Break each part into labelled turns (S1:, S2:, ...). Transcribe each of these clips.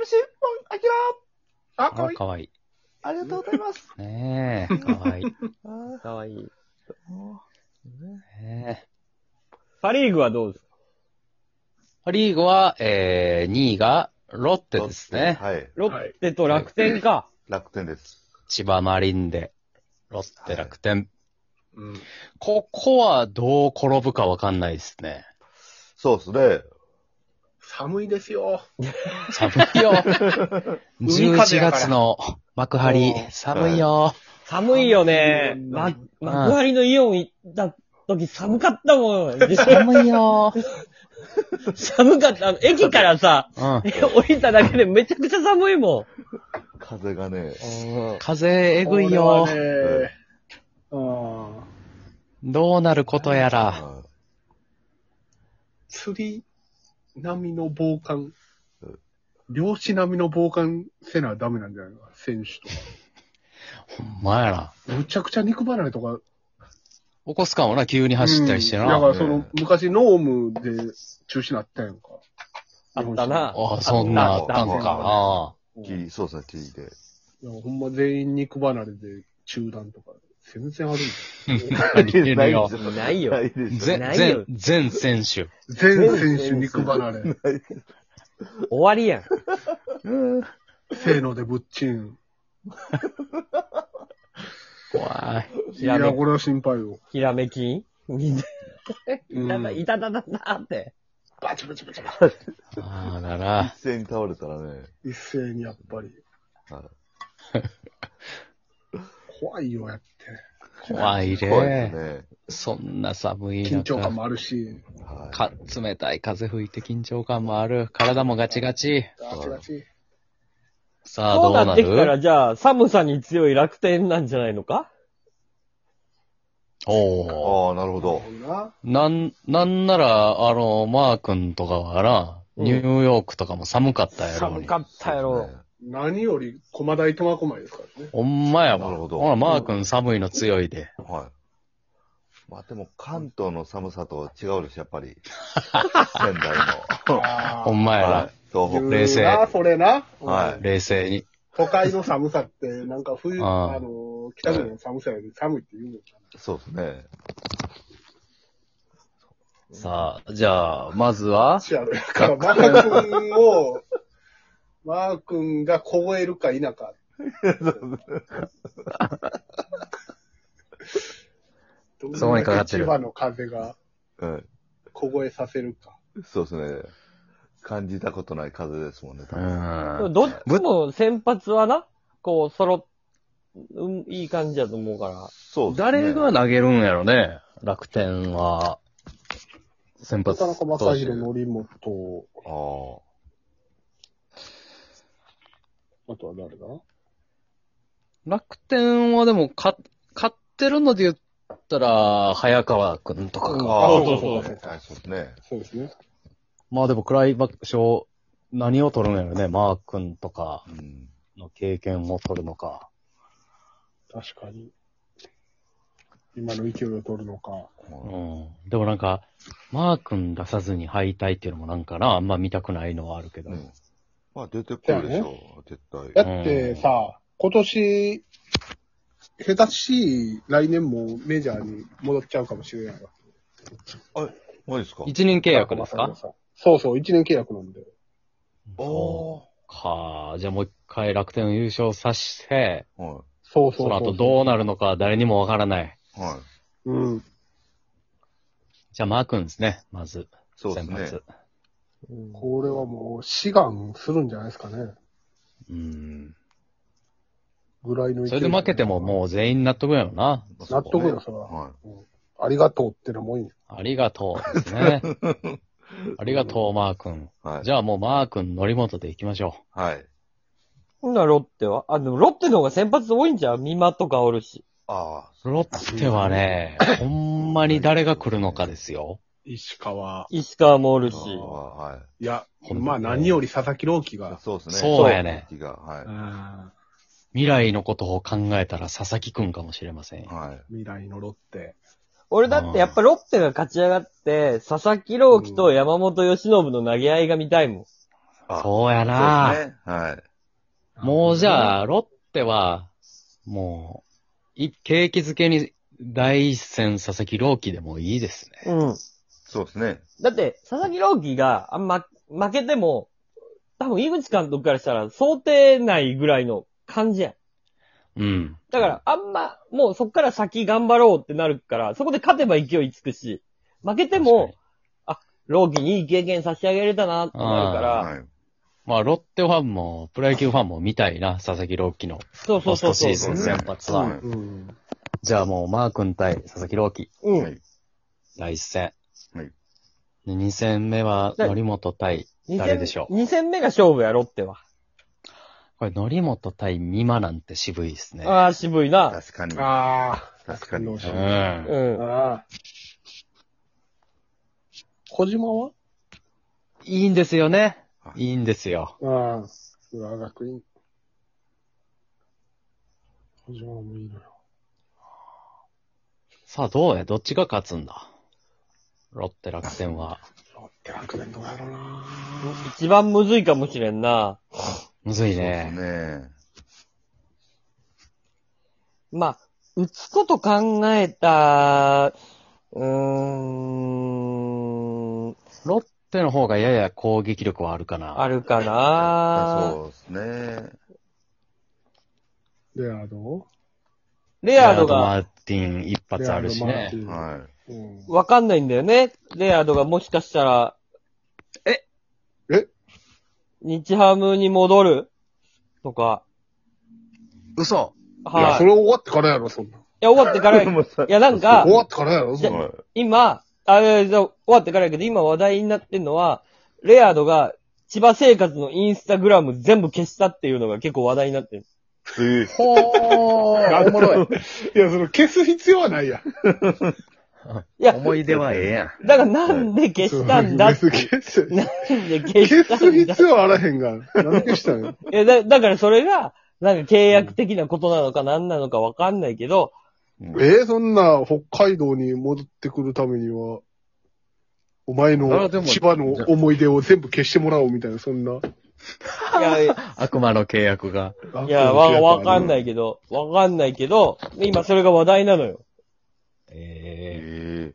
S1: MC、ポン、アキラあ、かわいい。
S2: かわいい。
S1: ありがとうございます。
S2: ねえ、かわいい。
S1: あー
S3: かわいい。
S1: もうね
S2: ねえ
S3: パリーグはどうですか
S2: パリーグは、えー、2位がロッテですね。
S4: はい。
S3: ロッテと楽天か。
S4: 楽天です。
S2: 千葉マリンで、ロッテ楽天。
S5: うん。
S2: ここはどう転ぶかわかんないですね。
S4: そうですね。
S5: 寒いですよ。
S2: 寒いよ。
S5: 海風
S2: 11
S5: やから
S2: 月の幕張
S5: おー、
S2: 寒いよ。
S3: 寒いよね。
S5: 寒いよ
S3: ま、幕張のイオン行った時寒かったも ん。で
S2: 寒いよ。
S3: 寒かった。あの、駅からさ、
S2: うん。
S3: 降りただけでめちゃくちゃ寒いも
S4: 風がね。
S3: ん。
S2: 風えぐいよ
S5: こ。れはね。うん。
S2: どうなることやら。
S4: は
S5: 釣り並みの防寒
S4: うん。
S5: 漁師並みの防寒せなダメなんじゃないの選手と
S2: ほんまやな。
S5: か。むちゃくちゃ肉離れとか。
S2: 起こすかもな、急に走ったりして
S5: うんだ
S2: な。
S5: からその、昔ノームで中止なったやんか。
S3: あったな。
S2: ああ、そんなんあったん
S4: あった
S2: か。
S4: あった
S2: あ
S4: い。キリ、そうですね、キリで。
S5: いやほんま全員肉離れで中断とか。全然あるんだよ。
S2: あ。似てるよ。
S3: ない よ
S4: ないですよ。
S2: 全
S3: ないよ
S2: 全全選手。
S5: 全選手肉離れ。
S3: 終わりやん。
S5: せーのでぶっちん。
S2: 怖
S5: い
S2: い。
S3: ひら
S5: や、
S3: め、
S5: これは心配よ。
S3: ひらめきみんな、
S5: う
S3: いただ、い
S5: ん。
S3: ただだだって。
S5: バチバチバチバチ。
S2: ああ、だ
S4: 一
S2: な。
S4: 斉に倒れたらね。
S5: 一斉にやっぱり。
S4: は
S5: 怖いよ、やって。
S2: 怖い
S4: い怖いです
S2: ね。
S4: ね。
S2: そんな寒い
S5: 緊張
S2: 中
S5: 感。もあるし。
S4: は
S2: か、冷たい風吹いて緊張感もある。体もガチガチ。
S5: バチバチ。
S2: さあ、
S3: そ
S2: ど
S3: う
S2: う
S3: な
S2: な
S3: ってきたら、
S2: る
S3: じゃあ、寒さに強い楽天なんじゃないのか
S4: い。
S2: おお。
S4: ああ、なるほど。
S5: そうな。
S2: なん、なんなら、あの、マー君とかはな、
S3: うん
S2: ニューヨークとかも寒かったやろ
S3: 寒
S2: に。
S3: かったやろ。
S5: 何より、駒大苫小牧ですからね。
S2: ほんまやわ。
S4: なるほど
S2: ほら、マー君寒いの強いで。
S4: はい。まあでも、関東の寒さと違うでしょ、やっ ぱり。仙台
S5: あ
S2: ほんま
S4: の。
S2: や
S4: は。。
S2: ない
S4: 東
S2: 冷静
S5: な、それな。
S4: はい
S5: うん
S2: 冷静に。
S5: 都会の寒さって、なんか冬、
S2: あー
S5: あの、北国の寒さより寒いって言うもん
S4: 北。そうですね。
S2: さあ、じゃあ、まずは、
S5: な。だから、マー君を、マー君が凍えるか否か。
S2: そこにかかってる
S5: どんだけ千葉の風が
S4: うん。
S5: 凍えさせるか。
S4: そうですね。感じたことない風ですもんね。多
S2: う
S4: 分
S3: でも
S2: ん。
S3: どっちも先発はな、こう、揃っ、うん、いい感じだと思うから。
S4: そうですね。
S2: 誰が投げるんやろね、楽天は。先発
S5: 田中
S2: 投
S5: 正
S2: 手。
S5: 宏、則本、
S4: ああ。
S5: あとは誰だ
S2: 楽天はでも、か、勝ってるので言ったら、早川君とかか。
S4: ああ、
S3: そう
S5: そうそう
S4: そうですね。そうですね。
S5: そうですね。
S2: まあでも、クライマックス賞、何を取るんやろね、マー君とか
S4: うん。
S2: の経験を取るのか。
S5: 確かに。今の勢いを取るのか。
S2: うん。でもなんか、マー君出さずに敗退っていうのもなんかな、あんま見たくないのはあるけど。
S4: うんまあ出てくるでしょう、絶
S5: だ
S4: 対。
S5: ってさ、今年、下手しい来年もメジャーに戻っちゃうかもしれないわ。
S4: マジですか
S2: 一年契約ですか
S5: そうそう、1年契約なんで。
S2: そうか。じゃあもう一回楽天を優勝させて、
S4: は
S5: そう
S2: そ
S5: そうそう。
S2: の後どうなるのか誰にもわからない。
S4: い。はい。
S5: うん。
S2: じゃあマー君ですね、まず。
S4: そうです
S2: 先
S4: ね。
S2: 発。
S3: うん
S5: これはもう、志願するんじゃないですかね。
S2: うん。
S5: ぐらいの勢い
S2: それで負けてももう全員納得やろな。
S5: 納得よ、それは。
S4: は
S5: ありがとうってのもいい。
S2: ありがとうです ね。ありがとう、マー君。
S4: い。はい。
S2: じゃあもうマー君、乗り元で行きましょう。
S4: はい。
S3: ほんならロッテはあ、でもロッテの方が先発多いんじゃん美馬とかおるし。
S4: ああ、
S2: ロッテはね、ほんまに誰が来るのかですよ。
S5: 石川。
S3: 石川もおるし。
S4: ああはい
S5: や、
S2: ほんま
S5: まあ何より佐々木朗希
S4: い
S5: が。。
S4: そうですね。
S2: そうやね
S4: そうがは
S5: うん
S2: 未来のことを考えたら佐々木くんかもしれません
S4: い。
S2: よ。
S4: はい。
S5: 未来のロッテ。
S3: 俺だってやっぱロッテが勝ち上がって、佐々木朗希と山本由伸の投げ合いが見たいもん。
S4: あ
S2: そうや
S4: そう
S2: な
S4: ですね。はい。
S2: もうじゃあ、ロッテは、もう、い、景気づけに第一戦佐々木朗希でもいいですね。
S3: うん。
S4: そうですね。
S3: だって、佐々木朗希が、あんま、負けても、多分井口監督からしたら想定内ぐらいの感じやん。
S2: うん。
S3: だから、あんま、もうそっから先頑張ろうってなるから、そこで勝てば勢いつくし、負けても、朗希にいい経験差し上げれたなってなるから、
S4: はい。
S2: まあ、ロッテファンも、プロ野球ファンも見たいな、佐々木朗希の
S3: そうそ
S2: ポ
S3: う
S2: ス
S3: そう
S2: トシ
S3: そう
S2: ー。ズン先発は。
S4: い
S5: うん。
S2: じゃあもう、マー君対佐々木朗希、
S3: う
S4: は
S3: ん。
S4: い
S2: 第一戦。
S4: はい
S2: で、二戦目は、
S3: はい
S2: 則本対、誰でしょう
S3: 2戦目が勝負や、ロッテは。
S2: これ、則本対美馬なんて渋いですね。
S3: ああ、渋いな。
S4: 確かに。
S5: あ
S4: 確か
S5: ど
S4: に
S5: うし。
S2: う
S5: よ
S2: ん。
S3: うん
S5: あ。。ああ。小島はい
S2: いんですよね
S4: は。い
S2: いいんですよ。
S5: ああ。浦和学院。小島もいいのよ。
S2: さあ、どうやどっちが勝つんだロッテ楽天は。
S5: ロッテ楽天どうやろうな
S3: 一番むずいかもしれんな。
S2: むずい
S4: そうです
S2: ね。
S4: ね。
S3: まあ、打つこと考えた、うーん、
S2: ロッテの方がやや攻撃力はあるかな。
S3: あるかな。
S4: そうですね。
S5: レアード
S3: レアード
S2: マ
S3: が
S2: ーティン一発あるしね。
S4: は
S5: うん
S3: わかんないんだよね。レアードがもしかしたら、え
S5: え
S3: 日ハムに戻るとか。
S2: 嘘
S5: いや、
S3: はい。
S5: そ
S3: い
S5: れ終わってからやろ、そんな。
S3: や、終わってから、
S4: い。
S3: い
S4: もうさ
S3: や、なんか、
S5: 終わってからやろ、そんな。
S4: はい
S3: 今、あれ、じゃあ終わってからやけど、今話題になってんのは、レアードが、千葉生活のインスタグラム全部消したっていうのが結構話題になってる。
S4: ええ
S2: ほー、おもろい。
S5: いや、その消す必要はないやん。
S3: いや、
S2: 思い出はええやん。
S3: だからなんで消したんだって
S5: 別。に消す
S3: なんで消
S5: 消
S3: した
S5: す
S3: んだ
S5: 必要あらへんが。何消したんや。
S3: いやだだからそれが、なんか契約的なことなのか何なのかわかんないけど、
S5: ええそんな北海道に戻ってくるためには、お前
S2: あ
S5: の
S2: でも
S5: 千葉の思い出を全部消してもらおうみたいな、そんな。。
S3: いや、い
S2: 悪魔の契約が。
S3: やいや、わ、わかんないいけど、わかんないけど、今それが話題なのよ。
S2: ええ
S4: ええ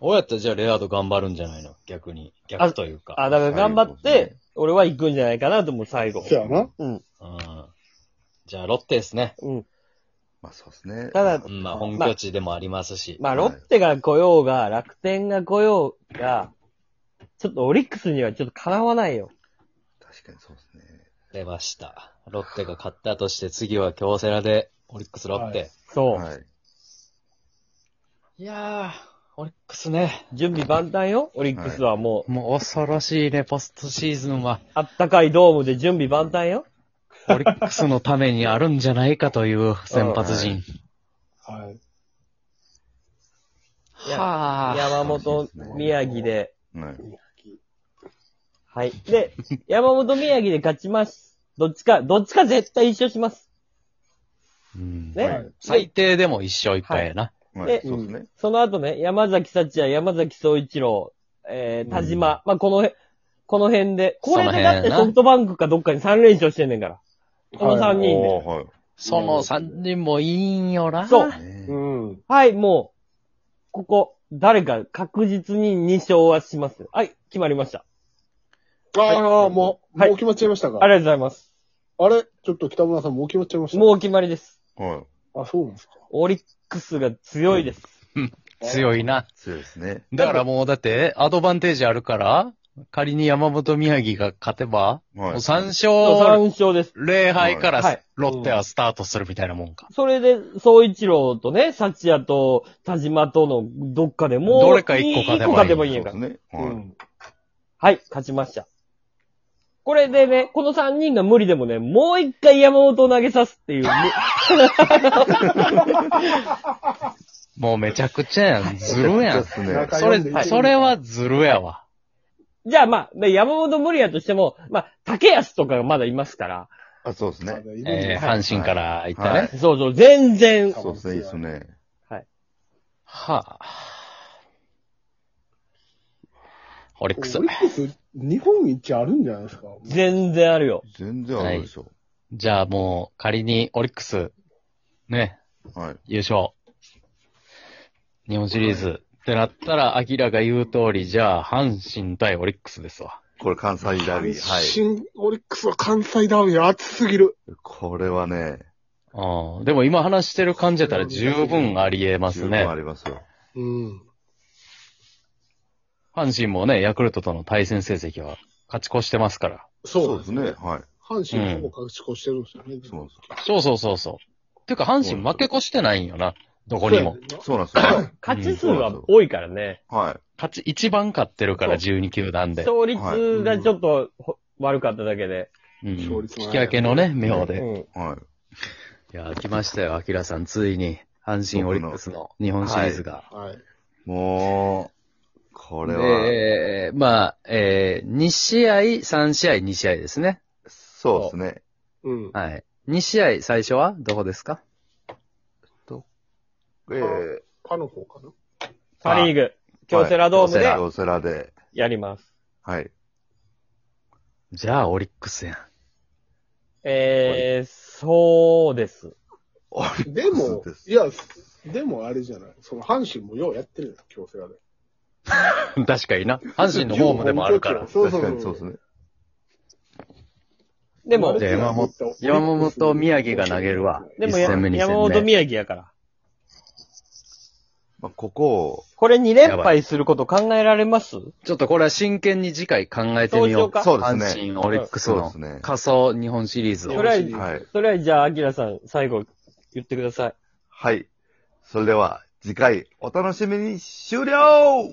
S2: どうやったらじゃあレアード頑張るんじゃないの逆に。逆というか。
S3: あ、だから頑張っ
S4: そうです
S3: て、俺は行くんじゃないかなと思う、最後。
S5: そやな。
S3: うん。
S2: うん。じゃあロッテですね。
S3: うん。
S4: まあそうですね。
S3: ただ
S2: う、んまあ本拠地でもありますし。
S3: まあ、ロッテが来ようが、楽天が来ようが、ちょっとオリックスにはちょっとかなわないよ。
S4: 確かにそうですね。
S2: 出ました。ロッテが勝ったとして、次は京セラで、オリックスロッテ。、
S5: はい
S3: そう。
S4: はい。
S2: やー、オリックスね。
S3: 準備万端よ、オリックスはもう。
S2: もう恐ろしいね、ポストシーズンは。
S3: あったかいドームで準備万端よ。
S2: オリックスのためにあるんじゃないかという先発陣。
S5: はい。
S3: いや
S2: はあ。
S3: 山本、宮城で。
S4: はい。
S3: はい。で、山本、宮城で勝ちます。どっちか、どっちか絶対一勝します。
S2: うん
S3: ね。
S4: はい
S2: 最低でも一勝一敗やな。
S4: は
S3: で
S4: い。そうですね。
S3: その後ね、山崎幸也、山崎総一郎、えー、田島。まあ、この辺、この辺で。これでだっ
S2: その
S3: て
S2: 辺やな
S3: ソフトバンクかどっかに3連勝してんねんから。この3人で。
S4: おーはい。
S2: その三人もいいんよな。
S3: そう。
S4: ね
S5: うん。
S3: はい、もう、ここ、誰か確実に2勝はしますよ。はい、決まりました。
S5: ああ、もう、
S3: はい
S5: もう決まっちゃいましたか。
S3: ありがとうございます。
S5: あれちょっと北村さんもう決まっちゃいました。
S3: もう決まりです。
S4: えはい。
S5: う。あ、そうなんですか。
S3: オリックスが強いです。
S2: 強いな。
S4: 強いですね。
S2: だからもう、だって、アドバンテージあるから、仮に山本宮城が勝てば、
S4: はい。
S2: もう三
S3: 3
S2: 勝
S3: 勝です。
S2: 0敗から
S3: はい
S2: ロッテはスタートするみたいなもんか。
S3: それで、総一郎とね、幸也と田島とのどっかでもう、
S2: どれか一個勝てばいい
S3: 一勝てばいいんやか
S4: そ
S3: ら。
S4: うですね。
S5: う
S4: はい。
S5: ん。
S3: はい、勝ちました。これでね、この3人が無理でもね、もう一回山本を投げさすっていう、
S2: もうめちゃくちゃやん。ずるやん。
S4: そうですね。
S5: 中
S2: そ
S5: 読んでい
S2: れ、
S5: い
S2: それはずるやわ。
S3: じゃあまあ、で山本無理やとしても、まあ、竹安とかがまだいますから、
S4: あ、そうです
S5: ま
S4: ね。
S5: だいるんだ
S2: えー、阪神から行ったね。
S4: はいはい
S3: そうそう、全然、
S4: そうですね。いいですね。
S2: はあ。オリックス
S5: オリ。ックス、日本一あるんじゃないですか。
S3: 全然あるよ。
S4: 全然あるでしょ。
S2: じゃあもう、仮にオリックス、ね、
S4: はい。
S2: 優勝。日本シリーズ。ってなったら、アキラが言う通り、じゃあ、阪神対オリックスですわ。
S4: これ関西ダービー。はい。
S5: 新、オリックスは関西ダービー熱すぎる。
S4: これはね、
S2: うん。でも今話してる感じやったら十分あり得ます
S4: 十分あ
S2: ね。
S4: りますよ。
S5: うん。
S2: 阪神もね、ヤクルトとの対戦成績は勝ち越してますから。
S5: そう
S4: ですね。。はい。
S5: 阪神ほぼ勝ち越してるんですよね。
S4: そう
S2: そうそうそうそう。てか、阪神負け越してないんよな。どこに
S5: そう
S2: も。
S5: やねんな
S4: そうなんですよ。はい
S3: 勝ち数が多いからね。
S4: はい。
S2: 勝ち、一番勝ってるから
S3: そ
S2: 12球団で。
S3: 勝率がちょっとほ悪かっただけで。
S2: うん。
S5: 勝率も
S2: 引き分けのね、妙
S3: う
S2: で。
S3: ん。
S4: は
S2: い
S4: い。
S2: や、来ましたよ、アキラさん。ついに、阪神オリックスの日本シリーズが。
S5: はい。
S4: もう、これは、
S2: で、まあ、えー、2試合、3試合、2試合ですね。
S4: そうですね。
S5: うん。
S2: はい。2試合、最初はどこですか
S4: えー、
S5: 他の方かな
S3: パリーグ、京セラドームで
S4: 京セラで、
S3: やります。
S4: はい。
S2: じゃあ、オリックスやん。
S3: えー、そうです。
S4: オリッ
S5: で
S4: ク
S5: も
S4: スで、す
S5: い。や、でもあれじゃない。その阪神もようやってるよ、京セラで。
S2: 確かにな。阪神のホームでもあるから。
S5: そうそ
S4: 確
S5: う
S4: か
S5: そう
S4: にそうですね。
S3: でも、
S2: じゃあ山本山本宮城が投げるわ
S3: でも
S2: 一
S3: や
S2: 戦目二戦目
S3: 山本宮城やから。
S4: まあ、ここを、
S3: これ2連敗すること考えられます
S2: ちょっとこれは真剣に次回考えてみよう。
S3: か
S4: そうです
S2: 阪
S4: ね。
S2: 神、オリックス
S4: そうで
S2: の
S4: すね。
S2: 仮想日本シリーズ
S5: そ
S2: を
S5: う。
S3: とりあえず、
S4: はい。
S3: とりあえずじゃあ、アキラさん、最後、言ってください。
S4: はい。それでは、次回、お楽しみに終了